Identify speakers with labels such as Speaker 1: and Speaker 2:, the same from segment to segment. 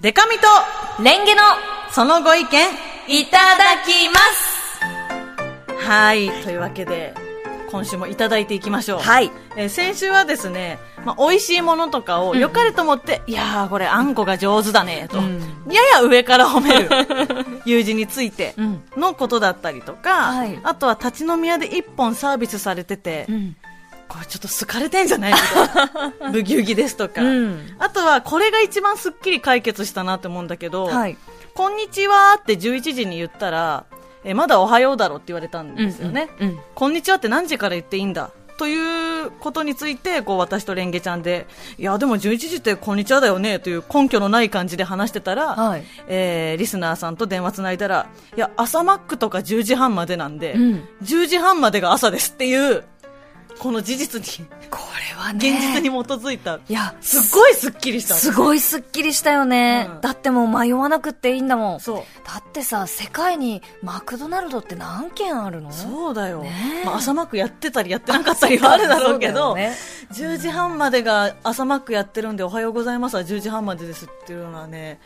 Speaker 1: デカミと
Speaker 2: レンゲの
Speaker 1: そのご意見
Speaker 2: いただきます
Speaker 1: はいというわけで今週もいただいていきましょう
Speaker 2: はい
Speaker 1: えー先週はですね、まあ、美味しいものとかを良かれと思って、いやーこれあんこが上手だねと、
Speaker 2: うん
Speaker 1: やや上から褒める 友人について
Speaker 2: うん
Speaker 1: のことだったりとか、
Speaker 2: はい
Speaker 1: あとは立ち飲み屋で一本サービスされてて、
Speaker 2: ん
Speaker 1: これちょっと好かれてんじゃないか とブギウギですとか、
Speaker 2: うん
Speaker 1: あとはこれが一番すっきり解決したなって思うんだけど、
Speaker 2: はい
Speaker 1: こんにちはって11時に言ったら、えまだおはようだろって言われたんですよね。
Speaker 2: うんうん
Speaker 1: こんにちはって何時から言っていいんだということについて、こう私とレンゲちゃんで、いや、でも11時ってこんにちはだよねという根拠のない感じで話してたら、
Speaker 2: はい
Speaker 1: えーリスナーさんと電話つないだら、いや、朝マックとか10時半までなんで、
Speaker 2: うん
Speaker 1: 10時半までが朝ですっていう、この事実に、
Speaker 2: これはね
Speaker 1: 現実に基づいた、
Speaker 2: いや
Speaker 1: すっごいスッキリした。
Speaker 2: すごいスッキリしたよね、
Speaker 1: うん
Speaker 2: だってもう迷わなくっていいんだもん
Speaker 1: そう。
Speaker 2: だってさ世界にマクドナルドって何軒あるの
Speaker 1: そうだよ、
Speaker 2: ねえ
Speaker 1: まあ、朝マックやってたりやってなかったりはあるだろうけ
Speaker 2: そ
Speaker 1: ど
Speaker 2: うだよね
Speaker 1: 10時半までが朝マックやってるんでおはようございますは10時半までですっていうのはね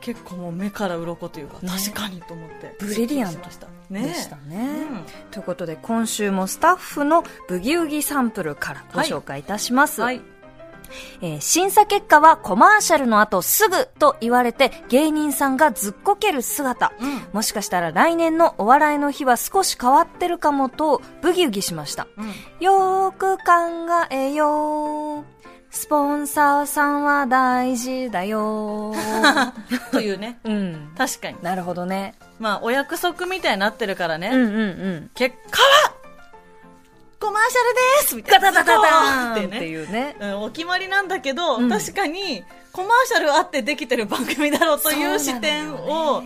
Speaker 1: 結構もう目から鱗というか、
Speaker 2: ね
Speaker 1: 確かにと思って
Speaker 2: ブリリアント
Speaker 1: びっくりしましたね
Speaker 2: でしたね、
Speaker 1: うん
Speaker 2: ということで今週もスタッフのブギウギサンプルからご紹介いたします、
Speaker 1: はい
Speaker 2: えー審査結果はコマーシャルの後すぐと言われて芸人さんがずっこける姿、
Speaker 1: うん
Speaker 2: もしかしたら来年のお笑いの日は少し変わってるかもとブギウギしました
Speaker 1: うん
Speaker 2: よーく考えようスポンサーさんは大事だ よ
Speaker 1: というね
Speaker 2: うん
Speaker 1: 確かに
Speaker 2: なるほどね
Speaker 1: まあお約束みたいになってるからね、
Speaker 2: うんうんうん
Speaker 1: 結果はコマーシャルですみた
Speaker 2: ガ
Speaker 1: い
Speaker 2: タ
Speaker 1: な
Speaker 2: ガタガタ
Speaker 1: ズ
Speaker 2: ーン
Speaker 1: コーン
Speaker 2: っ
Speaker 1: って
Speaker 2: て
Speaker 1: ね
Speaker 2: いうね
Speaker 1: うん、お決まりなんだけど、
Speaker 2: うん
Speaker 1: 確かにコマーシャルあってできてる番組だろうという視点を、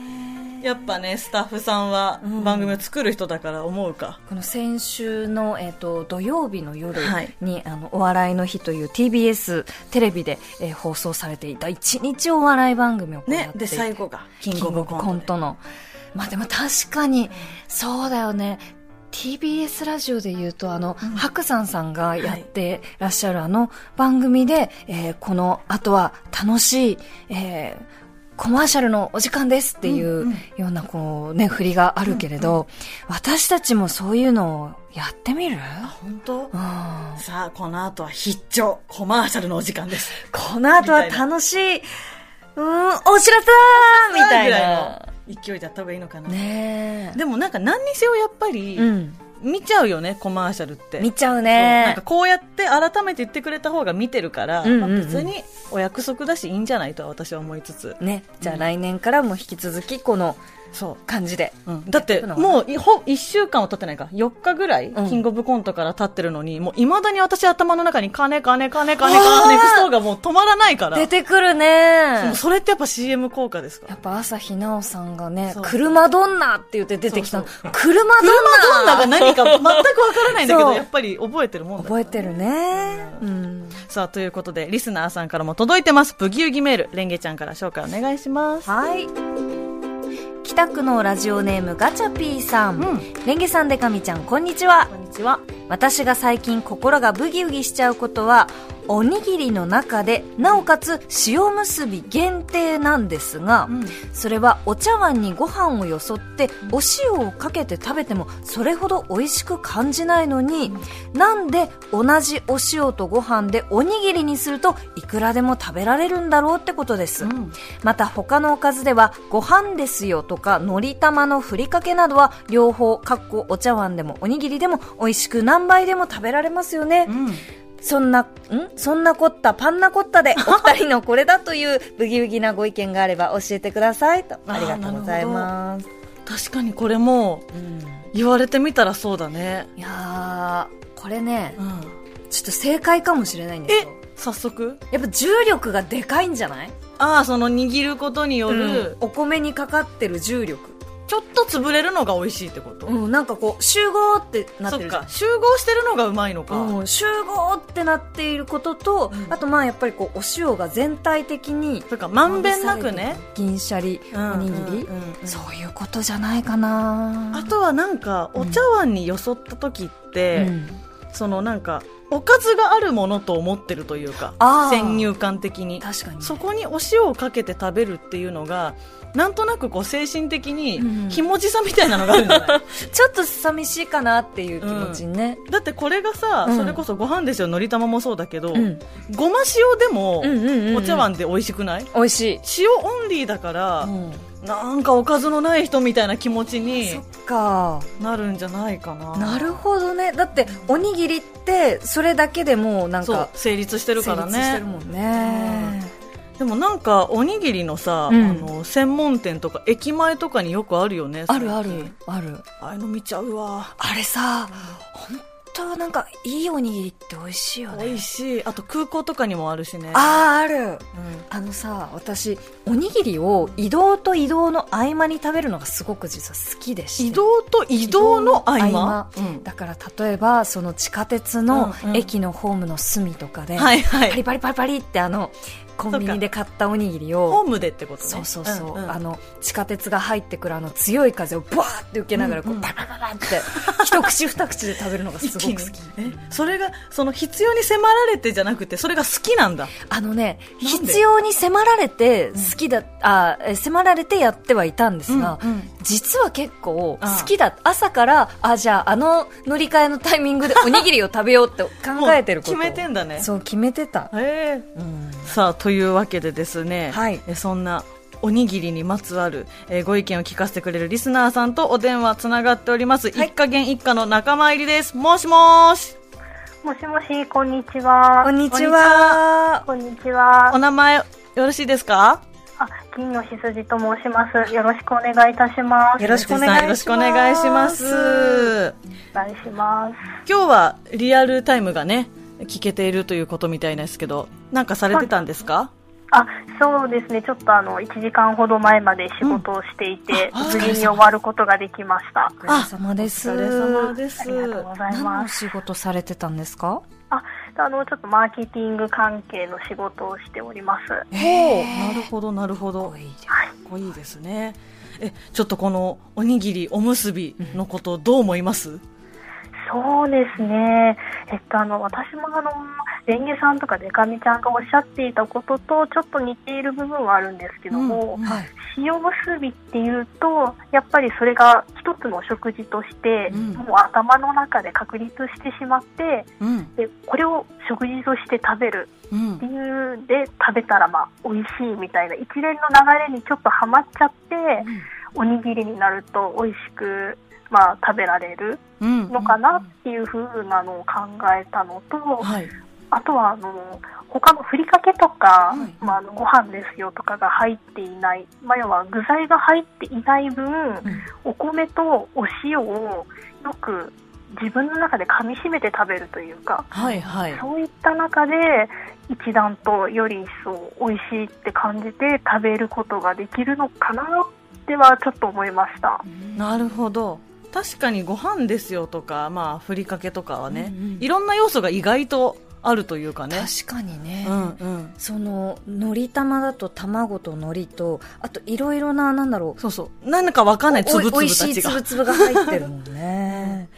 Speaker 1: やっぱねスタッフさんは
Speaker 2: うん
Speaker 1: 番組を作る人だから思うか、
Speaker 2: この先週の、えっと土曜日の夜
Speaker 1: はい
Speaker 2: に、あの「お笑いの日」という TBS テレビで、えー放送されていた一日お笑い番組をこうや
Speaker 1: ね
Speaker 2: ってい
Speaker 1: で
Speaker 2: て
Speaker 1: 最後が
Speaker 2: キングオブコントのまあでも確かにそうだよね TBS ラジオで言うとあの、
Speaker 1: うん
Speaker 2: 白山さんがやってらっしゃるあの番組で、えーこの後は楽しい、えーコマーシャルのお時間ですっていううん
Speaker 1: うん
Speaker 2: ようなこうね、振りがあるけれど、私たちもそういうのをやってみる
Speaker 1: 本当
Speaker 2: うん。
Speaker 1: さあこの後は必聴コマーシャルのお時間です
Speaker 2: この後は楽しい、うん、お知らせだーみたいな。
Speaker 1: ぐらいの勢いだった方がいいのかな、
Speaker 2: ねえ。
Speaker 1: でもなんか何にせよやっぱり
Speaker 2: うん。
Speaker 1: 見ちゃうよね、コマーシャルって
Speaker 2: 見ちゃう
Speaker 1: なん
Speaker 2: ね
Speaker 1: か。こうやって改めて言ってくれた方が見てるから、
Speaker 2: うんうんうん
Speaker 1: まあ別にお約束だしいいんじゃないとは私は思いつつ
Speaker 2: ね、じゃあ
Speaker 1: うん
Speaker 2: 来年からも引き続きこの
Speaker 1: そ
Speaker 2: 感じで。
Speaker 1: う、だってもういほ1週間は経ってないか4日ぐらい、
Speaker 2: うん
Speaker 1: キングオブコントから経ってるのにもういまだに私頭の中に金金金金金ネクストがもう止まらないから
Speaker 2: 出てくるね。
Speaker 1: もうそれってやっぱ CM 効果ですか
Speaker 2: やっぱ朝日奈央さんがね
Speaker 1: そう、
Speaker 2: 車ドンナって言って出てきたの
Speaker 1: そう。
Speaker 2: 車ドン
Speaker 1: どんな
Speaker 2: ナ
Speaker 1: が何か全くわからないんだけ
Speaker 2: そ
Speaker 1: ど
Speaker 2: う
Speaker 1: やっぱり覚えてるもんだ
Speaker 2: 覚えてるね。うん。
Speaker 1: さあということでリスナーさんからも届いてますブギウギメールレンゲちゃんから紹介お願いします
Speaker 2: はい。北区のラジオネームガチャピーさん。
Speaker 1: うん
Speaker 2: レンゲさん、デカミちゃん、こんにちは。
Speaker 1: んにちは
Speaker 2: 私が最近心がブギウギしちゃうことはおにぎりの中でなおかつ塩むすび限定なんですが、
Speaker 1: うん
Speaker 2: それはお茶碗にご飯をよそってお塩をかけて食べてもそれほど美味しく感じないのに、なんで同じお塩とご飯でおにぎりにするといくらでも食べられるんだろうってことです、
Speaker 1: うん
Speaker 2: また他のおかずではご飯ですよとかのり玉のふりかけなどは両方かっこお茶碗でもおにぎりでも美味しく何倍でも食べられますよね、
Speaker 1: うん
Speaker 2: そんな、んそんなこったパンナコッ タでお二人のこれだというブギウギなご意見があれば教えてくださいと
Speaker 1: あー
Speaker 2: ありがとうございます、
Speaker 1: 確かにこれも
Speaker 2: うん
Speaker 1: 言われてみたらそうだね、
Speaker 2: いやーこれね
Speaker 1: うん、
Speaker 2: ちょっと正解かもしれないんです
Speaker 1: え
Speaker 2: よ
Speaker 1: 早速
Speaker 2: やっぱ重力がでかいんじゃない、
Speaker 1: ああその握ることによる、
Speaker 2: うんお米にかかってる重力
Speaker 1: ちょっと潰れるのが美味しいってこと、
Speaker 2: うん、なんかこう集合ってなって
Speaker 1: そっ
Speaker 2: るじゃん
Speaker 1: か集合してるのがうまいのか、
Speaker 2: うん、集合ってなっていることと、
Speaker 1: うん
Speaker 2: あとまあやっぱりこうお塩が全体的に
Speaker 1: そっかまんべんなくね
Speaker 2: 銀シャリおにぎり、
Speaker 1: うんうんうん
Speaker 2: そういうことじゃないかな
Speaker 1: あとはなんかお茶碗によそった時っ
Speaker 2: う
Speaker 1: て、
Speaker 2: ん
Speaker 1: そのなんかおかずがあるものと思ってるというか
Speaker 2: あー
Speaker 1: 先入観的に
Speaker 2: 確かに
Speaker 1: そこにお塩をかけて食べるっていうのがなんとなくこう精神的
Speaker 2: うんうん
Speaker 1: に気持ちさみたいなのがあるんじゃない、
Speaker 2: ちょっと寂しいかなっていう気持ちね、
Speaker 1: だってこれがさ、
Speaker 2: うん
Speaker 1: それこそご飯ですよのり玉もそうだけ
Speaker 2: う
Speaker 1: ど、
Speaker 2: ん
Speaker 1: ごま塩でも
Speaker 2: うんうんうんうん
Speaker 1: お茶碗で美味しくない、
Speaker 2: 美味しい、
Speaker 1: 塩オンリーだから、なんかおかずのない人みたいな気持ちに
Speaker 2: そっか
Speaker 1: なるんじゃないかな
Speaker 2: なるほどねだっておにぎりってそれだけでもうなん
Speaker 1: そう
Speaker 2: か
Speaker 1: 成立して
Speaker 2: 成
Speaker 1: る
Speaker 2: 立
Speaker 1: から
Speaker 2: して
Speaker 1: ね
Speaker 2: るもんね、
Speaker 1: でもなんかおにぎりのさ、
Speaker 2: うん
Speaker 1: あの専門店とか駅前とかによくあるよね
Speaker 2: あるあるある
Speaker 1: ああいうの見ちゃうわ
Speaker 2: あれさ本当なんかいいおにぎりって美味しいよ
Speaker 1: 美
Speaker 2: ね
Speaker 1: 味しいあと空港とかにもあるしね
Speaker 2: ああある
Speaker 1: うん
Speaker 2: あのさ私おにぎりを移動と移動の合間に食べるのがすごく実は好きでして
Speaker 1: 移動と移動の合間
Speaker 2: 移動の合間
Speaker 1: うん
Speaker 2: だから例えばその地下鉄の
Speaker 1: うんうん
Speaker 2: 駅のホームの隅とかで、
Speaker 1: はいはい
Speaker 2: パリパリパリパリってあのコンビニで買ったおにぎり
Speaker 1: ホ
Speaker 2: を
Speaker 1: ームでってことね
Speaker 2: そうそうそう、
Speaker 1: んん
Speaker 2: あの地下鉄が入ってくるあの強い風をバーって受けながらこ
Speaker 1: うんう
Speaker 2: うんパラパラパラって一口二口で食べるのがす
Speaker 1: 一
Speaker 2: ご
Speaker 1: 気
Speaker 2: く
Speaker 1: に
Speaker 2: 好き
Speaker 1: えそれがその必要に迫られてじゃなくてそれが好きなんだ
Speaker 2: あのね
Speaker 1: なんで
Speaker 2: 必要に迫られて好きだ、あえ迫られてやってはいたんですが、
Speaker 1: うんうん
Speaker 2: 実は結構
Speaker 1: ああ
Speaker 2: 好きだ朝からあじゃああの乗り換えのタイミングでおにぎりを食べようって考えてること
Speaker 1: もう決めてんだね
Speaker 2: そう決めてた、
Speaker 1: ええ
Speaker 2: うん
Speaker 1: さあというわけでですね、
Speaker 2: はい
Speaker 1: えそんなおにぎりにまつわる、えーご意見を聞かせてくれるリスナーさんとお電話つながっております、
Speaker 2: はい
Speaker 1: 一家元一家の仲間入りですもしもし
Speaker 3: もしもし、こんにちは。
Speaker 2: こんにち
Speaker 1: こんにち
Speaker 2: は
Speaker 3: こんにち
Speaker 1: お
Speaker 3: は。
Speaker 1: 名前よろしいですか
Speaker 3: あ、金のしすじと申します。よろしくお願いいたします。
Speaker 2: よろしくお願いします
Speaker 1: 辻さんよろしくお願いします
Speaker 3: お願いします。
Speaker 1: 今日はリアルタイムがね聞けているということみたいですけどなんかされてたんですか、
Speaker 3: あ、そうですね。ちょっとあの、1時間ほど前まで仕事をしていて、
Speaker 1: うんあ
Speaker 3: 無事に終わることができました。
Speaker 2: お疲れ様です
Speaker 1: お疲れ様です
Speaker 3: ありがとうござい
Speaker 2: 何の
Speaker 3: ま
Speaker 2: お
Speaker 3: す。
Speaker 2: 仕事されてたんですか
Speaker 3: あ、あの、ちょっとマーケティング関係の仕事をしております。
Speaker 2: へ
Speaker 1: なるほどなるほど
Speaker 2: ごいです
Speaker 1: かっこいいですねえちょっとこのおにぎりおむすびのことどう思います、
Speaker 3: そうですね、えっと、あの私もあのレンゲさんとかデカミちゃんがおっしゃっていたこととちょっと似ている部分はあるんですけども、
Speaker 1: うん
Speaker 2: はい
Speaker 3: 塩結びっていうとやっぱりそれが一つの食事として、
Speaker 1: うん
Speaker 3: もう頭の中で確立してしまって
Speaker 1: うん
Speaker 3: でこれを食事として食べる
Speaker 1: う
Speaker 3: って
Speaker 1: ん
Speaker 3: いうで食べたらまあ美味しいみたいな一連の流れにちょっとはまっちゃって、おにぎりになると美味しく、まあ、食べられる。
Speaker 1: うん
Speaker 3: のかなっていうふうなのを考えたのと、
Speaker 1: はい
Speaker 3: あとはあの他のふりかけとか、
Speaker 1: はい
Speaker 3: まあ、あのご飯ですよとかが入っていない、まあ、要は具材が入っていない分、お米とお塩をよく自分の中で噛みしめて食べるというか、
Speaker 1: はいはい
Speaker 3: そういった中で一段とより一層美味しいって感じて食べることができるのかなってはちょっと思いました。
Speaker 1: なるほど確かにご飯ですよとか、まあ、ふりかけとかは
Speaker 2: う
Speaker 1: ね、
Speaker 2: んうん
Speaker 1: いろんな要素が意外とあるというかね
Speaker 2: 確かにね、
Speaker 1: うんうん
Speaker 2: そののり玉だと卵とのりとあといろいろななんだろう
Speaker 1: そうそうなんかわかんないつぶつ
Speaker 2: お
Speaker 1: ぶ
Speaker 2: い
Speaker 1: た
Speaker 2: しい
Speaker 1: ち
Speaker 2: つ
Speaker 1: が
Speaker 2: ぶつぶが入ってるもんね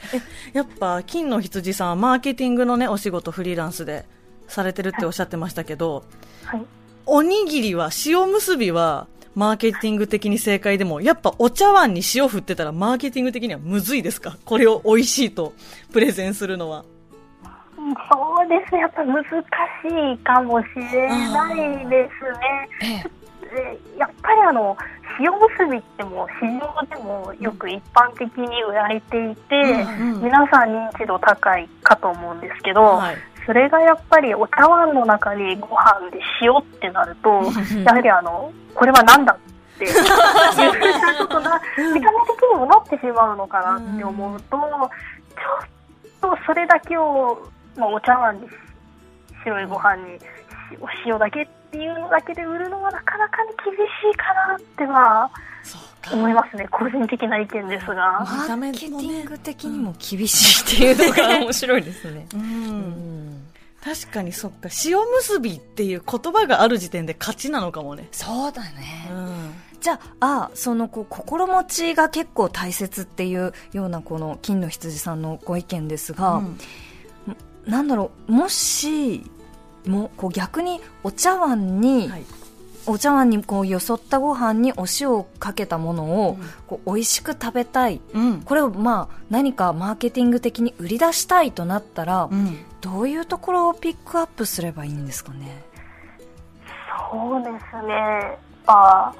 Speaker 1: やっぱ金の羊さんはマーケティングのねお仕事フリーランスでされてるっておっしゃってましたけど、
Speaker 3: はい
Speaker 1: おにぎりは塩結びはマーケティング的に正解でもやっぱお茶碗に塩振ってたらマーケティング的にはむずいですかこれを美味しいとプレゼンするのは
Speaker 3: そうですね、やっぱ難しいかもしれないです
Speaker 2: ええ
Speaker 3: ね。でやっぱりあの塩結びってもう市場でもよく一般的に売られていて、
Speaker 1: うん
Speaker 3: 皆さん認知度高いかと思うんですけど、
Speaker 1: はい
Speaker 3: それがやっぱりお茶碗の中にご飯で塩ってなると、やはりあのこれは何だっ ていうふうなことが見た目的にもなってしまうのかなって思うと、ちょっとそれだけを、まあ、お茶碗に白いご飯にお塩だけっていうのだけで売るのはなかなかに厳しいかなっては
Speaker 1: そうか
Speaker 3: 思いますね個人的な意見です
Speaker 2: マ
Speaker 3: が。
Speaker 1: 見た目
Speaker 2: ー
Speaker 1: もね
Speaker 2: ケティング的にも厳しいっていうのが面白いですね
Speaker 1: うん確かにそっか塩結びっていう言葉がある時点で勝ちなのかもね、
Speaker 2: そうだね、
Speaker 1: うん、
Speaker 2: じゃああそのこう心持ちが結構大切っていうようなこの金の羊さんのご意見ですが、なんだろうもしもこう逆にお茶碗に、
Speaker 1: はい
Speaker 2: お茶碗にこうよそったご飯にお塩をかけたものを
Speaker 1: うん
Speaker 2: こう美味しく食べたい
Speaker 1: うん
Speaker 2: これをまあ何かマーケティング的に売り出したいとなったら、
Speaker 1: うん
Speaker 2: どういうところをピックアップすればいいんですかね
Speaker 3: そうですね。あ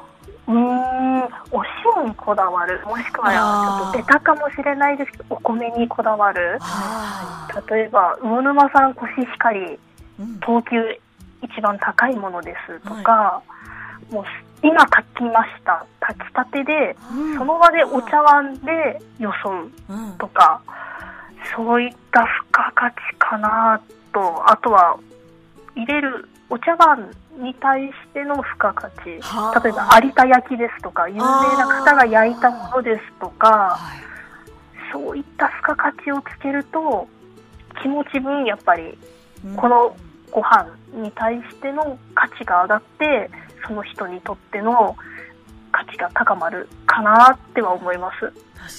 Speaker 3: うーん、お塩にこだわる。もしくは、ちょ
Speaker 1: あー
Speaker 3: っとベタかもしれないですけど、お米にこだわる。
Speaker 2: あー
Speaker 3: 例えば、魚沼産コシヒカリ、
Speaker 1: うん
Speaker 3: 等級一番高いものですとか、もう今炊きました。炊きたてで、
Speaker 1: うん
Speaker 3: その場でお茶碗でよそう
Speaker 1: うん
Speaker 3: とか、そういった付加価値かなと、あとは入れるお茶碗に対しての付加価値。
Speaker 1: はあ
Speaker 3: 例えば有田焼きですとか、有名な方が焼いたものですとか、
Speaker 2: はい
Speaker 3: そういった付加価値をつけると、気持ち分やっぱり
Speaker 1: うん
Speaker 3: このご飯に対しての価値が上がって、その人にとっての価値が高まるかなっては思います。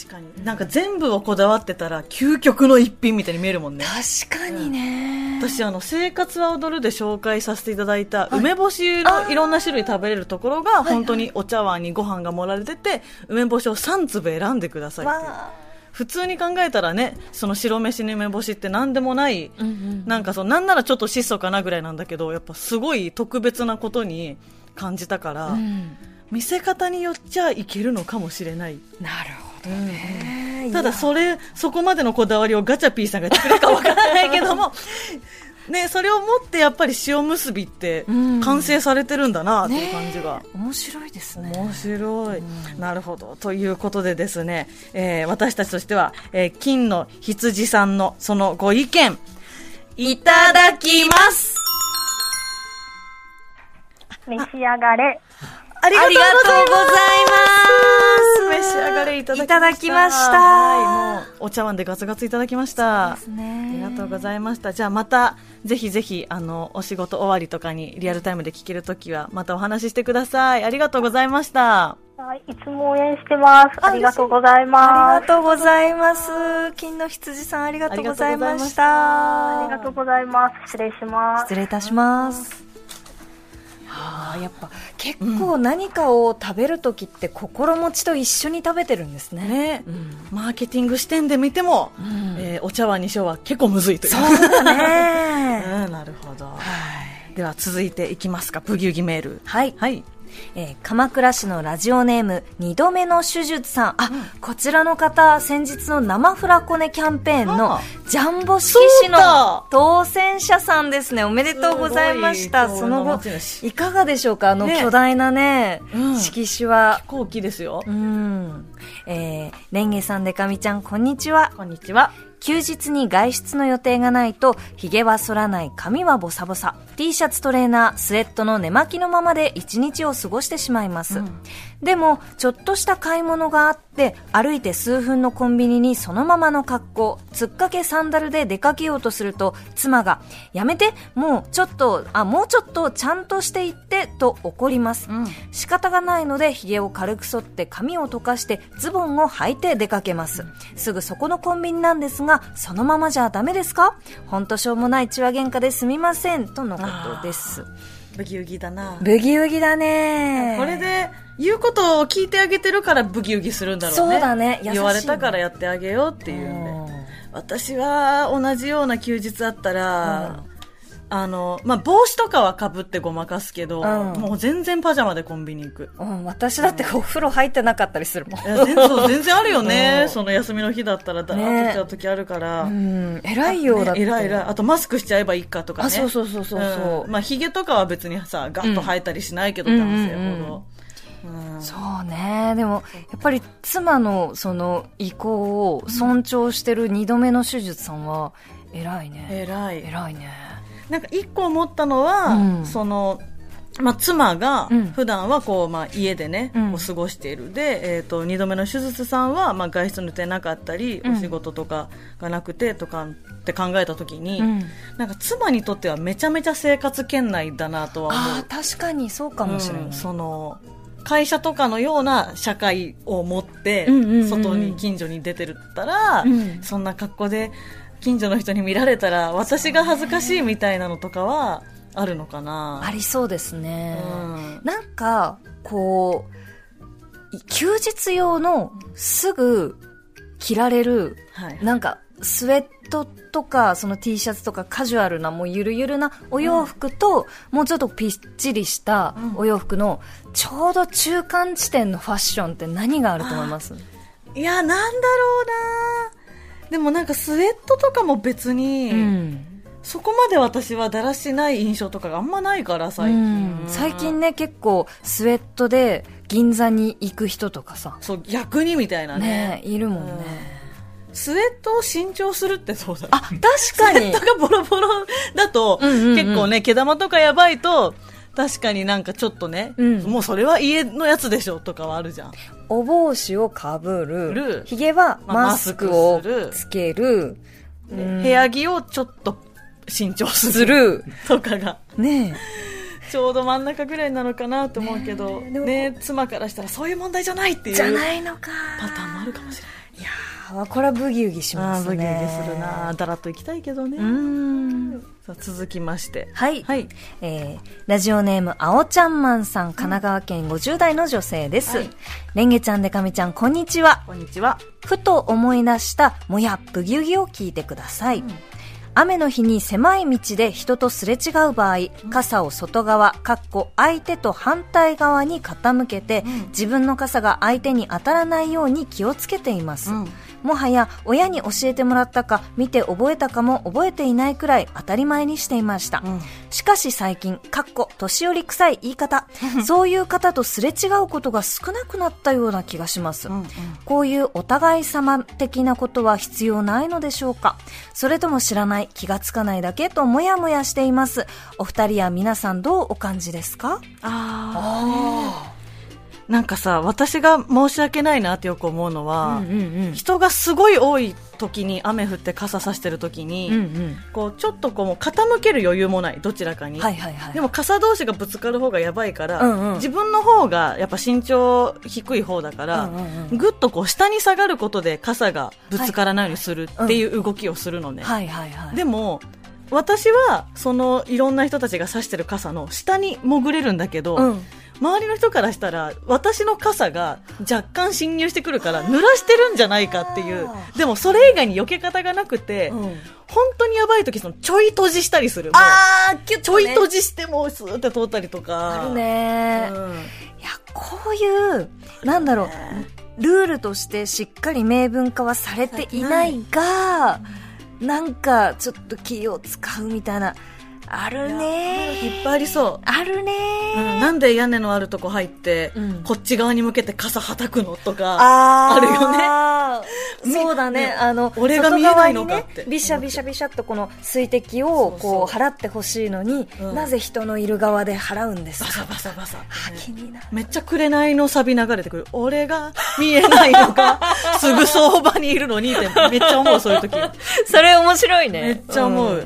Speaker 1: 確かになんか全部をこだわってたら究極の一品みたいに見えるもんね
Speaker 2: 確かにね、
Speaker 1: 私あの生活は踊るで紹介させていただいた梅干しのいろんな種類食べれるところが本当にお茶碗にご飯が盛られてて梅干しを3粒選んでくださいっていう
Speaker 2: わ
Speaker 1: 普通に考えたらねその白飯に梅干しって何でもない
Speaker 2: ーうん
Speaker 1: なんかそうなんならちょっと質素かなぐらいなんだけどやっぱすごい特別なことに感じたから、
Speaker 2: うんうん
Speaker 1: 見せ方によっちゃいけるのかもしれない
Speaker 2: なるほどね、
Speaker 1: ただ
Speaker 2: う
Speaker 1: それそこまでのこだわりをガチャピーさんが作るかわからないけ どもねそれを持ってやっぱり塩結びって
Speaker 2: うん
Speaker 1: 完成されてるんだなっていう感じが。
Speaker 2: 面白いですね
Speaker 1: 面白い、なるほどということでですね、えー私たちとしては、えー金の羊さんのそのご意見いただきます
Speaker 3: 召し上がれ。
Speaker 1: ありが
Speaker 2: あ
Speaker 1: とう
Speaker 2: りがとうございます
Speaker 1: ございます召し上がれいただきまし
Speaker 2: い
Speaker 1: た
Speaker 2: ただきました
Speaker 1: はいもうお茶碗でガツガツいただきました
Speaker 2: ですね
Speaker 1: ありがとうございました。じゃあまた、ぜひぜひ、あの、お仕事終わりとかにリアルタイムで聞けるときは、またお話ししてください。ありがとうございました。
Speaker 3: はい、いつも応援してます。ありがとうござい
Speaker 2: あ
Speaker 3: ま
Speaker 2: り
Speaker 3: す。
Speaker 2: がとうございます。金の羊さんありがとうございました。
Speaker 3: ありがとうございます。失礼します
Speaker 2: 失。礼いたします。あーやっぱ結構何かを食べるときって心持ちと一緒に食べてるんですね。
Speaker 1: ね、
Speaker 2: ん
Speaker 1: マーケティング視点で見ても、
Speaker 2: ん
Speaker 1: えーお茶碗にしようは結構むずいという。
Speaker 2: ね
Speaker 1: うんなるほど。では続いていきますか、ブギウギメール。
Speaker 2: はい、
Speaker 1: はい。
Speaker 2: えー鎌倉市のラジオネーム二度目の手術さんあ、こちらの方先日の生フラコネキャンペーンの
Speaker 1: あ
Speaker 2: ジャンボ色紙
Speaker 1: そうだ
Speaker 2: の当選者さんですねおめでとうございました
Speaker 1: すごい
Speaker 2: その
Speaker 1: 幸運の
Speaker 2: 後
Speaker 1: 持ち主
Speaker 2: いかがでしょうかあの
Speaker 1: ね
Speaker 2: 巨大なね
Speaker 1: うん
Speaker 2: 色紙は
Speaker 1: 後期ですよ。
Speaker 2: うんえー、レンゲさんでかみちゃんこんにちは
Speaker 1: こんにちは。
Speaker 2: 休日に外出の予定がないと、髭は剃らない、髪はボサボサ、T シャツトレーナー、スウェットの寝巻きのままで一日を過ごしてしまいます。でも、ちょっとした買い物があって、歩いて数分のコンビニにそのままの格好、つっかけサンダルで出かけようとすると、妻が、やめて、もうちょっと、あ、もうちょっとちゃんとしていって、と怒ります。仕方がないので髭を軽く剃って髪を溶かしてズボンを履いて出かけますすぐそこのコンビニなんですがそのままじゃダメですかほんとしょうもない血は喧嘩ですみませんとのことです
Speaker 1: ブギウギだな。
Speaker 2: ブギウギだね
Speaker 1: これで言うことを聞いてあげてるからブギウギするんだろうね
Speaker 2: そうだね優しいね
Speaker 1: 言われたからやってあげようっていう
Speaker 2: うん
Speaker 1: んで私は同じような休日あったら、あのまあ、帽子とかはかぶってごまかすけど、
Speaker 2: うん
Speaker 1: もう全然パジャマでコンビニ行く
Speaker 2: うん、私だってお風呂入ってなかったりするもん
Speaker 1: いや全そう全然あるよね、
Speaker 2: うん
Speaker 1: その休みの日だったらだらっとしちゃう時あるから、
Speaker 2: うん偉いようだって
Speaker 1: えらいえらいあとマスクしちゃえばいいかとかね
Speaker 2: あそうそうそうそうそう、
Speaker 1: んまあひげとかは別にさガッと生えたりしないけど、
Speaker 2: うん
Speaker 1: 男性ほど、うん
Speaker 2: そうねでもやっぱり妻のその意向を尊重してる2度目の手術さんは偉いね
Speaker 1: 偉い
Speaker 2: 偉いね
Speaker 1: なんか一個思ったのは、
Speaker 2: うん
Speaker 1: その、まあ、妻が
Speaker 2: うん
Speaker 1: 普段はこう、まあ、家でね、
Speaker 2: うん
Speaker 1: お過ごしているで、えー、と2度目の手術さんは、まあ、外出の予定なかったり、
Speaker 2: うん
Speaker 1: お仕事とかがなくてとかって考えた時に、
Speaker 2: うん
Speaker 1: なんか妻にとってはめちゃめちゃ生活圏内だなとは思
Speaker 2: ああ確かにそうか
Speaker 1: う
Speaker 2: もしれない、
Speaker 1: うんその会社とかのような社会を持って
Speaker 2: うんうんうんうん
Speaker 1: 外に近所に出てるったら、
Speaker 2: うん
Speaker 1: そんな格好で近所の人に見られたら私が恥ずかしいみたいなのとかはあるのかな
Speaker 2: ありそうですね。
Speaker 1: うん
Speaker 2: なんか、こう、い休日用のすぐ着られる、
Speaker 1: はい
Speaker 2: なんか、スウェットとか、その T シャツとかカジュアルな、もうゆるゆるなお洋服と、もうちょっとぴっちりした
Speaker 1: うん
Speaker 2: お洋服の、ちょうど中間地点のファッションって何があると思います
Speaker 1: いやなんだろうなでもなんかスウェットとかも別に、
Speaker 2: うん。
Speaker 1: そこまで私はだらしない印象とかがあんまないから最近、
Speaker 2: うん最近ね、結構スウェットで銀座に行く人とかさ、
Speaker 1: そう逆にみたいな
Speaker 2: ね
Speaker 1: ね
Speaker 2: いるもんね。
Speaker 1: スウェットを新調するってそうだ
Speaker 2: あ、確かに
Speaker 1: ネットがボロボロだと、
Speaker 2: うんうんうん
Speaker 1: 結構ね毛玉とかやばいと確かになんかちょっとね、
Speaker 2: うん
Speaker 1: もうそれは家のやつでしょとかはあるじゃん
Speaker 2: お帽子をかぶる
Speaker 1: る。
Speaker 2: ひげは
Speaker 1: まあ
Speaker 2: マスクを
Speaker 1: マスクする
Speaker 2: つける。
Speaker 1: で
Speaker 2: うん
Speaker 1: 部屋着をちょっと新調す
Speaker 2: す
Speaker 1: る
Speaker 2: る。
Speaker 1: とかが
Speaker 2: ね
Speaker 1: ちょうど真ん中ぐらいなのかなと思うけど、
Speaker 2: ねえ
Speaker 1: ね
Speaker 2: でも
Speaker 1: 妻からしたらそういう問題じゃないって
Speaker 2: え。
Speaker 1: いう
Speaker 2: じゃないのか。
Speaker 1: パターンもあるかもしれない
Speaker 2: あこれはブギウギし
Speaker 1: あ
Speaker 2: ま
Speaker 1: あ
Speaker 2: す
Speaker 1: ブギ
Speaker 2: ね。
Speaker 1: ウギするなだらっと行きたいけどね、
Speaker 2: うーん。
Speaker 1: さあ続きまして
Speaker 2: はい。
Speaker 1: はい
Speaker 2: えーラジオネーム、あおちゃんまんさん、神奈川県50代の女性です。
Speaker 1: はい
Speaker 2: レンゲちゃんでかみちゃん、こんにちは。
Speaker 1: こんにちは
Speaker 2: ふと思い出したもやブギウギを聞いてください、
Speaker 1: ん
Speaker 2: 雨の日に狭い道で人とすれ違う場合傘を外側かっこ相手と反対側に傾けて、
Speaker 1: うん
Speaker 2: 自分の傘が相手に当たらないように気をつけています、
Speaker 1: うん
Speaker 2: もはや親に教えてもらったか見て覚えたかも覚えていないくらい当たり前にしていました、
Speaker 1: うん
Speaker 2: しかし最近、かっこ、年寄り臭い言い 方、そういう方とすれ違うことが少なくなったような気がします。
Speaker 1: うんうん
Speaker 2: こういうお互い様的なことは必要ないのでしょうかそれとも知らない、気がつかないだけともやもやしています。お二人や皆さんどうお感じですか
Speaker 1: あ
Speaker 2: あ
Speaker 1: あなんかさ私が申し訳ないなってよく思うの
Speaker 2: あ
Speaker 1: は、
Speaker 2: うんうん
Speaker 1: 人がすごい多い時に雨降って傘さしてる時に、
Speaker 2: うん。うん
Speaker 1: こうちょっとこうもう傾ける余裕もないどちらか
Speaker 2: う
Speaker 1: に、
Speaker 2: ん。はいはいはい。
Speaker 1: でも傘同士がぶつかる方がやばいから、
Speaker 2: うんうん
Speaker 1: 自分の方がやっぱ身長低い方だから、
Speaker 2: うんうんうん
Speaker 1: ぐっとこう下に下がることで傘がぶつからないようにするっていう動きをするのね、
Speaker 2: はいはいはい。
Speaker 1: でも私はそのいろんな人たちが差してる傘の下に潜れるんだけど、
Speaker 2: うん。
Speaker 1: 周りの人からしたら私の傘が若干侵入してくるから濡らしてるんじゃないかっていう
Speaker 2: あ
Speaker 1: でもそれ以外に避け方がなくて、
Speaker 2: うん
Speaker 1: 本当にやばい時そのちょい閉じしたりするもう
Speaker 2: あー、キュッ
Speaker 1: ちょい閉
Speaker 2: じ。
Speaker 1: じしてもうスーって通ったりとか
Speaker 2: ある
Speaker 1: う
Speaker 2: ね。
Speaker 1: ん
Speaker 2: いや、こういう、なんだろう、ルールとしてしっかり明文化はされていないが、なんかちょっと気を使うみたいな、あるね
Speaker 1: いっぱいありそう、
Speaker 2: あるね
Speaker 1: うんなんで屋根のあるとこ入って、
Speaker 2: うん
Speaker 1: こっち側に向けて傘はたくのとか
Speaker 2: あ
Speaker 1: るよね
Speaker 2: ね。そうだね。
Speaker 1: ね
Speaker 2: あの、
Speaker 1: 俺が見えないのかって
Speaker 2: 外側にねビシャビシャビシャっとこの水滴をこう
Speaker 1: そうそ
Speaker 2: 払ってほしいのに、
Speaker 1: うん
Speaker 2: なぜ人のいる側で払うんです
Speaker 1: バ
Speaker 2: か
Speaker 1: サバサバサ、
Speaker 2: あ気になる。
Speaker 1: めっちゃ紅のサビ流れてくる。俺が見えないのか、 すぐそばにいるのにってめっちゃ思う、 そういう時。
Speaker 2: それ面白いね
Speaker 1: めっちゃ思う。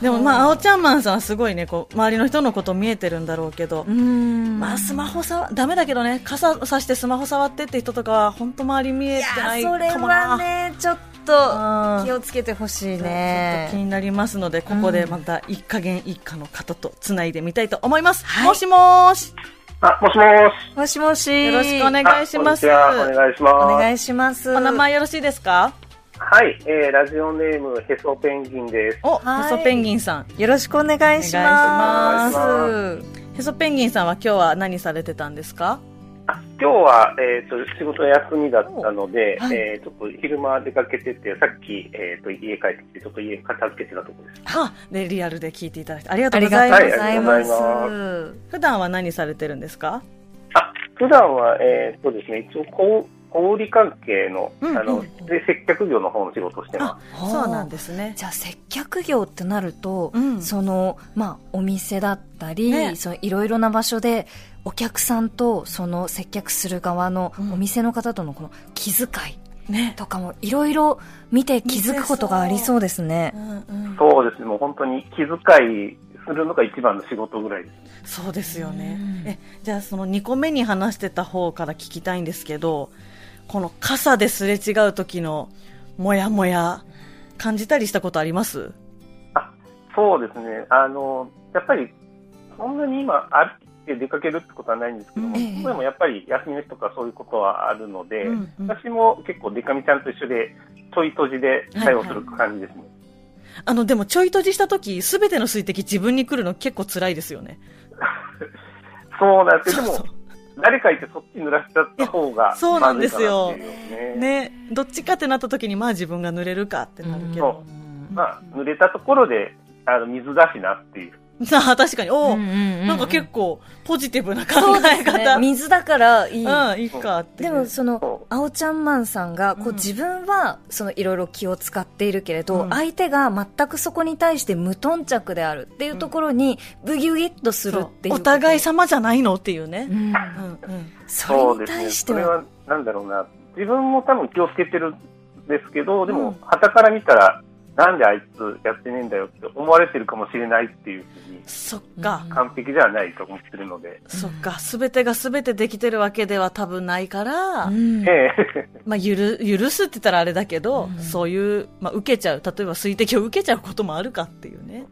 Speaker 1: でもまあ、青ちゃんマンさんはすごいね、こう、周りの人のこと見えてるんだろうけど
Speaker 2: う、ん。
Speaker 1: まあ、スマホさ、ダメだけどね、傘さしてスマホ触ってって人とかは、本当周り見えてないい
Speaker 2: やそれ
Speaker 1: かも
Speaker 2: は
Speaker 1: な。
Speaker 2: ねちょっと
Speaker 1: うん
Speaker 2: 気をつけてほしい
Speaker 1: ちょっと気
Speaker 2: ね
Speaker 1: になりますので、ここでまた一家元一家の方とつないでみたいと思います。
Speaker 2: はい
Speaker 1: もしもーし、
Speaker 4: あ、もしもーし。
Speaker 2: もしもし
Speaker 1: よろしくお願いします。
Speaker 4: あこんにちはお願いし
Speaker 2: お
Speaker 4: ます。
Speaker 2: 願いします
Speaker 1: お名前よろしいですか
Speaker 4: はい、えー、ラジオネーム、へそペンギンです。
Speaker 1: お、
Speaker 2: はい
Speaker 1: へそペンギンさん。
Speaker 2: よろしくお願いしま
Speaker 1: ます
Speaker 4: す
Speaker 1: へそペンギンさんは今日は何されてたんですか
Speaker 4: あ今日は、えっ、と、仕事休みだったので、
Speaker 1: おはい
Speaker 4: えーちょっと昼間出かけてて、さっき、えっ、と、家帰ってきて、ちょっと家片付けてたところです。
Speaker 1: あ、で、リアルで聞いていただいてありがと
Speaker 2: あ
Speaker 1: う
Speaker 2: り
Speaker 1: ございま
Speaker 2: が
Speaker 1: す。
Speaker 2: とうございます
Speaker 4: はいありがとうご
Speaker 1: 普段は何されてるんですか
Speaker 4: あ、普段は、えっ、とですね、一応、小小売関係の、
Speaker 1: うん
Speaker 4: あの、で、接客業の方の仕事をして
Speaker 1: あ
Speaker 4: ます。、
Speaker 2: ほう
Speaker 1: そうなんですね。
Speaker 2: じゃあ接客業ってなると、
Speaker 1: うん
Speaker 2: そのまあお店だったり、
Speaker 1: ね
Speaker 2: そのいろいろな場所でお客さんとその接客する側の
Speaker 1: うん
Speaker 2: お店の方とのこの気遣い
Speaker 1: ね。
Speaker 2: とかもいろいろ見て気づくことがありそうですね
Speaker 1: うんうん
Speaker 4: そうですね、もう本当に気遣いするのが一番の仕事ぐらいです。
Speaker 1: そうですよね
Speaker 2: うん。
Speaker 1: え、じゃあその2個目に話してた方から聞きたいんですけど、この傘ですれ違う時のモヤモヤ感じたりしたことあります
Speaker 4: そうですね。あの、やっぱり、そんなに今、歩いて出かけるってことはないんですけども、
Speaker 1: うん
Speaker 2: ええ
Speaker 4: でもやっぱり休みの日とかそういうことはあるので、
Speaker 1: うんうん
Speaker 4: 私も結構デカミちゃんと一緒で、ちょい閉じで対応する感じですね。
Speaker 1: あの、でもちょい閉じした時、すべての水滴自分に来るの結構辛いですよね。
Speaker 4: そうなんです
Speaker 1: そ
Speaker 4: よ。
Speaker 1: う
Speaker 4: でも
Speaker 1: そ、
Speaker 4: 誰かいてそっち濡らしちゃった方が、
Speaker 1: そうなんですよ
Speaker 4: まずいかなっていう
Speaker 1: う。
Speaker 4: ね
Speaker 1: ね、どっちかってなった時に、まあ自分が濡れるかってなるけど。
Speaker 4: そうまあ、濡れたところで、あの、水だしなっていう。
Speaker 1: なあ、確かに。おお、な
Speaker 2: なん
Speaker 1: か結構ポジティブな考
Speaker 2: そうで
Speaker 1: え
Speaker 2: すね
Speaker 1: 方。
Speaker 2: 水だからいい、
Speaker 1: うん、いいかって。
Speaker 2: でも、その
Speaker 4: そ
Speaker 2: 青ちゃんマンさんがこ
Speaker 1: う
Speaker 2: うん自分はそのいろいろ気を使っているけれど、
Speaker 1: うん
Speaker 2: 相手が全くそこに対して無頓着であるっていうところにブギウギっとするっていう
Speaker 1: お互い
Speaker 2: さ、
Speaker 1: 様じゃないのっていうね
Speaker 2: う。ん、
Speaker 1: うん、うん。
Speaker 2: それに
Speaker 4: ね。
Speaker 2: 対して
Speaker 4: それ
Speaker 2: は
Speaker 4: は、なんだろうな。自分も多分気をつけてるんですけど、で
Speaker 1: う
Speaker 4: も
Speaker 1: ん、
Speaker 4: 傍から見たら、なんであいつやってねえんだよって思われてるかもしれないっていうふうに、
Speaker 1: そっか。
Speaker 4: 完璧ではないと思ってるので。
Speaker 1: そっか。すべてがすべてできてるわけでは多分ないから、
Speaker 2: うん
Speaker 4: ええ
Speaker 1: まあ、ゆる、許すって言ったらあれだけど、
Speaker 2: うん
Speaker 1: そういう、まあ、受けちゃう。例えば水滴を受けちゃうこともあるかっていうね。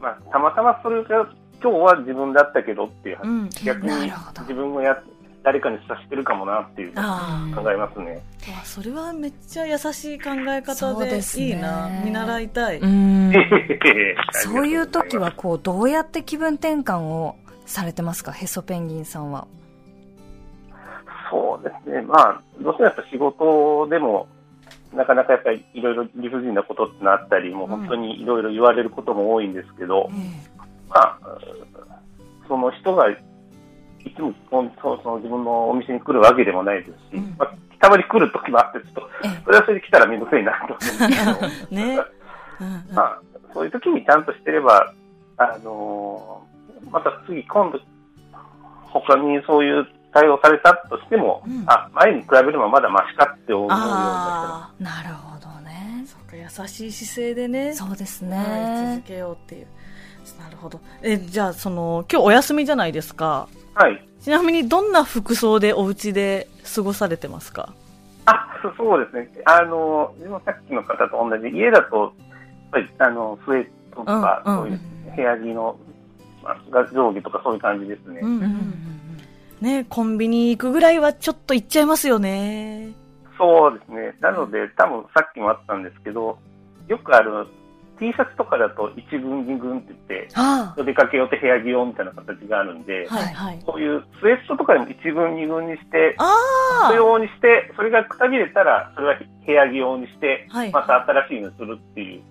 Speaker 4: まあ、たまたまそれが、今日は自分だったけどっていう話、
Speaker 1: うん。
Speaker 4: 逆
Speaker 2: なる
Speaker 4: に
Speaker 2: ほど
Speaker 4: 自分もや、誰かにさしてるかもなっていうのを
Speaker 1: あ
Speaker 4: 考えますね。
Speaker 1: あ、わそれはめっちゃ優しい考え方
Speaker 2: そう
Speaker 1: で
Speaker 2: ですね
Speaker 1: いいな。見習いたい。
Speaker 2: うん そ
Speaker 4: そう
Speaker 2: いう時はこうどうやって気分転換をされてますかヘソペンギンさんは
Speaker 4: そうですね、まあ、どうしてもやっぱ仕事でも、なかなかやっぱりいろいろ理不尽なことってなったり、もう本当にいろいろ言われることも多いんですけど、まあ、その人がいつもそのその自分のお店に来るわけでもないですし、
Speaker 1: うん
Speaker 4: まあ、たまに来る時もあって、ちょっと
Speaker 2: ええ、
Speaker 4: それはそれで来たら面倒くさいなと思うんですけ ど。
Speaker 1: ね。うんうん
Speaker 4: まあ、そういう時にちゃんとしてれば、あのーまた次、今度、他にそういう対応されたとしても、
Speaker 1: うん
Speaker 4: あ、前に比べればまだマシかって思うようになっ
Speaker 1: あ
Speaker 2: なるほどね
Speaker 1: あ。そっか、優しい姿勢でね。
Speaker 2: そうです
Speaker 1: はい続
Speaker 2: ね
Speaker 1: けようっていう。なるほど。え、じゃあ、その、今日お休みじゃないですか。
Speaker 4: たら。はい。
Speaker 1: ちなみに、どんな服装でお家で過ごされてますか
Speaker 4: あ、そそうですね。あのー、自分もさっきの方と同じ、家だと、やっぱり、あの、スウェットとか、
Speaker 1: うんうん
Speaker 4: そういう部屋着の、まあ、が上下とかそういう感じですね。
Speaker 1: うんうん。ね、コンビニ行くぐらいはちょっと行っちゃいますよね。
Speaker 4: そうですね。なので、多分さっきもあったんですけど、よくある T シャツとかだと一軍二軍って言って、
Speaker 2: あ
Speaker 4: 出かけ用と部屋着用みたいな形があるんで、
Speaker 1: はいはい。
Speaker 4: こういうスウェットとかでも一軍二軍にして、
Speaker 1: あ
Speaker 4: 服
Speaker 1: あ
Speaker 4: 用にして、それがくたびれたら、それは部屋着用にして、
Speaker 1: はい
Speaker 4: また新しいのにするっていう、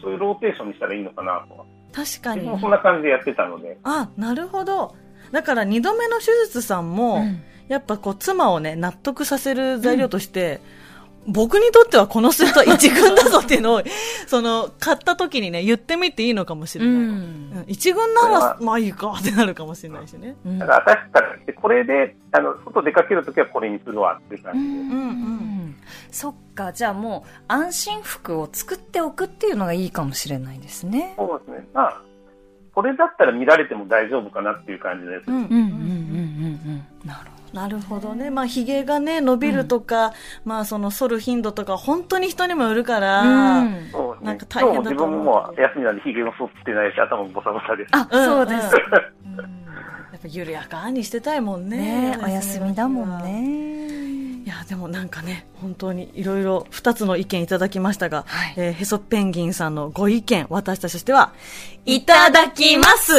Speaker 4: そういうローテーションにしたらいいのかなとは。
Speaker 1: 確か
Speaker 4: で
Speaker 1: に
Speaker 4: も。そんな感じでやってたので、
Speaker 1: あ、なるほど。だから二度目の手術さん
Speaker 2: あ
Speaker 1: も、やっぱこう妻をね、納得させる材料として、僕にとってはこのスーツは一軍だぞっていうの を、その、買った時にね、言ってみていいのかもしれ
Speaker 2: う
Speaker 1: ない。
Speaker 2: ん
Speaker 1: うん一軍な
Speaker 4: それ
Speaker 1: ら
Speaker 4: は、
Speaker 1: まあいいかってなるかもしれないしね。
Speaker 2: うん
Speaker 4: だから私からして、これで、あの、外出かけるときはこれにするわっていう感じで。
Speaker 1: うんう。
Speaker 2: うんんそっかじゃあもう安心服を作っておくっていうのがいいかもしれないですね
Speaker 4: そうですね。まあ、これだったら見られても大丈夫かなっていう感じです。
Speaker 1: うん
Speaker 2: うんうんうんうんうんなるほ
Speaker 1: なるほどね。まあ、髭がね、伸びるとか、まあ、その、剃る頻度とか、本当に人にもよるか
Speaker 2: ど
Speaker 1: ら、
Speaker 2: うん
Speaker 4: そうです
Speaker 1: なん
Speaker 4: ね
Speaker 1: か。大
Speaker 4: 今日
Speaker 1: 変
Speaker 4: も
Speaker 1: だ
Speaker 4: 自
Speaker 1: と思う
Speaker 4: 分ももう休みなんで、ひげも剃ってないし、頭もボサボサです。
Speaker 2: あ
Speaker 1: うん
Speaker 2: そうです、
Speaker 1: うんやっぱ緩やかにしてたいもんね。
Speaker 2: ねお休みだもん
Speaker 1: お休みの日は。
Speaker 2: ね
Speaker 1: いや、でもなんかね、本当にいろいろ2つの意見いただきましたが、
Speaker 2: はい
Speaker 1: えーヘソペンギンさんのご意見、私たちとしては、いただきます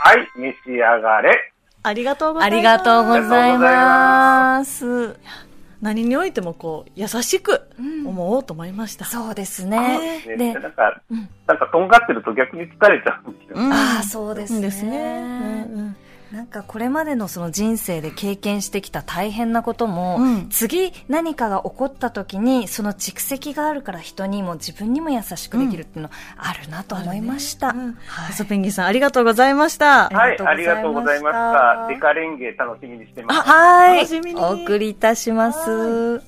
Speaker 4: はい、召し上がれ。
Speaker 1: ありがとうござ
Speaker 2: あ
Speaker 1: いま
Speaker 2: り
Speaker 1: す。
Speaker 2: がとうございます
Speaker 1: 何においてもこう、優しく思おうと思いました。
Speaker 2: そうです
Speaker 1: ね
Speaker 2: ね
Speaker 4: ね
Speaker 2: で
Speaker 4: なんか、
Speaker 2: うん
Speaker 4: なんかとんがってると逆に疲れちゃうんですよ。
Speaker 1: うん
Speaker 2: ああそうですね
Speaker 1: ですね。うんうん
Speaker 2: なんかこれまでのその人生で経験してきた大変なことも、
Speaker 1: うん
Speaker 2: 次何かが起こった時にその蓄積があるから人にも自分にも優しくできるっていうのあるなと思いました。
Speaker 1: うん
Speaker 2: は
Speaker 1: ヘ
Speaker 2: い
Speaker 1: ソペンギンさん、ありがとうございました。
Speaker 4: はい、
Speaker 2: あ
Speaker 4: あ
Speaker 2: り
Speaker 4: り
Speaker 2: が
Speaker 4: が
Speaker 2: と
Speaker 4: と
Speaker 2: う
Speaker 4: う
Speaker 2: ご
Speaker 4: ご
Speaker 2: ざ
Speaker 4: ざ
Speaker 2: い
Speaker 4: い
Speaker 2: ま
Speaker 4: ま
Speaker 2: し
Speaker 4: したた。デカレンゲ楽しみにしてます。
Speaker 2: はい
Speaker 1: 楽しみに
Speaker 2: お送りいたします。
Speaker 1: は
Speaker 2: 失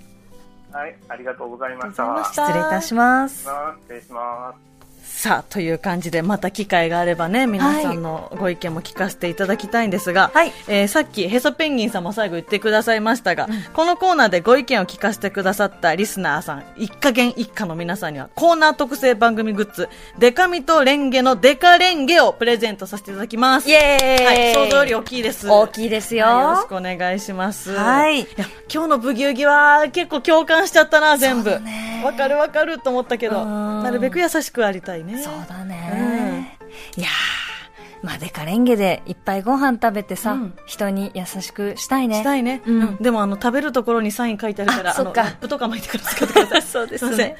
Speaker 4: はい、ありがとうございま
Speaker 1: あり
Speaker 4: し
Speaker 1: がとうございま
Speaker 4: た。
Speaker 1: し
Speaker 4: 失
Speaker 1: た
Speaker 2: 礼いたします。
Speaker 4: 礼します。
Speaker 2: さ
Speaker 1: さあ、という感じで、また機会があればね、皆さんのご意見も聞かせていただきたいんですが、
Speaker 2: はい
Speaker 1: えーさっき、ヘソペンギンさんも最後言ってくださいましたが、このコーナーでご意見を聞かせてくださったリスナーさん、一家元一家の皆さんには、コーナー特製番組グッズ、デカミとレンゲのデカレンゲをプレゼントさせていただきます。
Speaker 2: イエーイ、
Speaker 1: はい、想像より大きいです。
Speaker 2: 大きいですよ
Speaker 1: はいよろしくお願いします。
Speaker 2: はい
Speaker 1: や、今日のブギウギは結構共感しちゃったな、全部。
Speaker 2: そ
Speaker 1: わ
Speaker 2: う、ね
Speaker 1: かるわかると思ったけ
Speaker 2: う
Speaker 1: ど、
Speaker 2: ん
Speaker 1: なるべく優しくありたいね。
Speaker 2: そうだね、いやーまあデカレンゲでいっぱいご飯食べてさ、
Speaker 1: うん
Speaker 2: 人に優しくしたいね
Speaker 1: したいね。
Speaker 2: うん
Speaker 1: うんでもあの、食べるところにサイン書いてあるから、
Speaker 2: あそっか
Speaker 1: あのラップとか巻いてから使ってくださ い。
Speaker 2: そうです
Speaker 1: いません
Speaker 2: ね。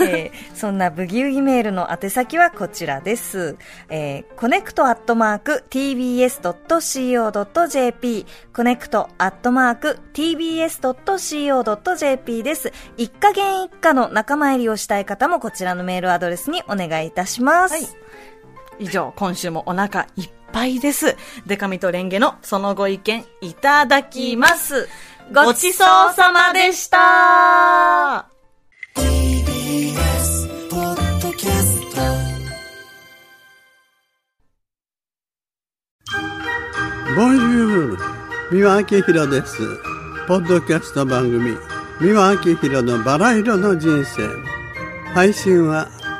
Speaker 2: えーそんなブギウギメールの宛先はこちらです。えー、コネクトアットマーク tbs.co.jp コネクトアットマーク tbs.co.jp です。一家元一家の仲間入りをしたい方もこちらのメールアドレスにお願いいたします。
Speaker 1: はい以上、今週もお腹いっぱいです。デカミとレンゲのそのご意見いただきます。ごちそうさまでした。
Speaker 5: ボンジュール三輪明宏ですポッドキャスト番組三輪明宏のバラ色の人生配信は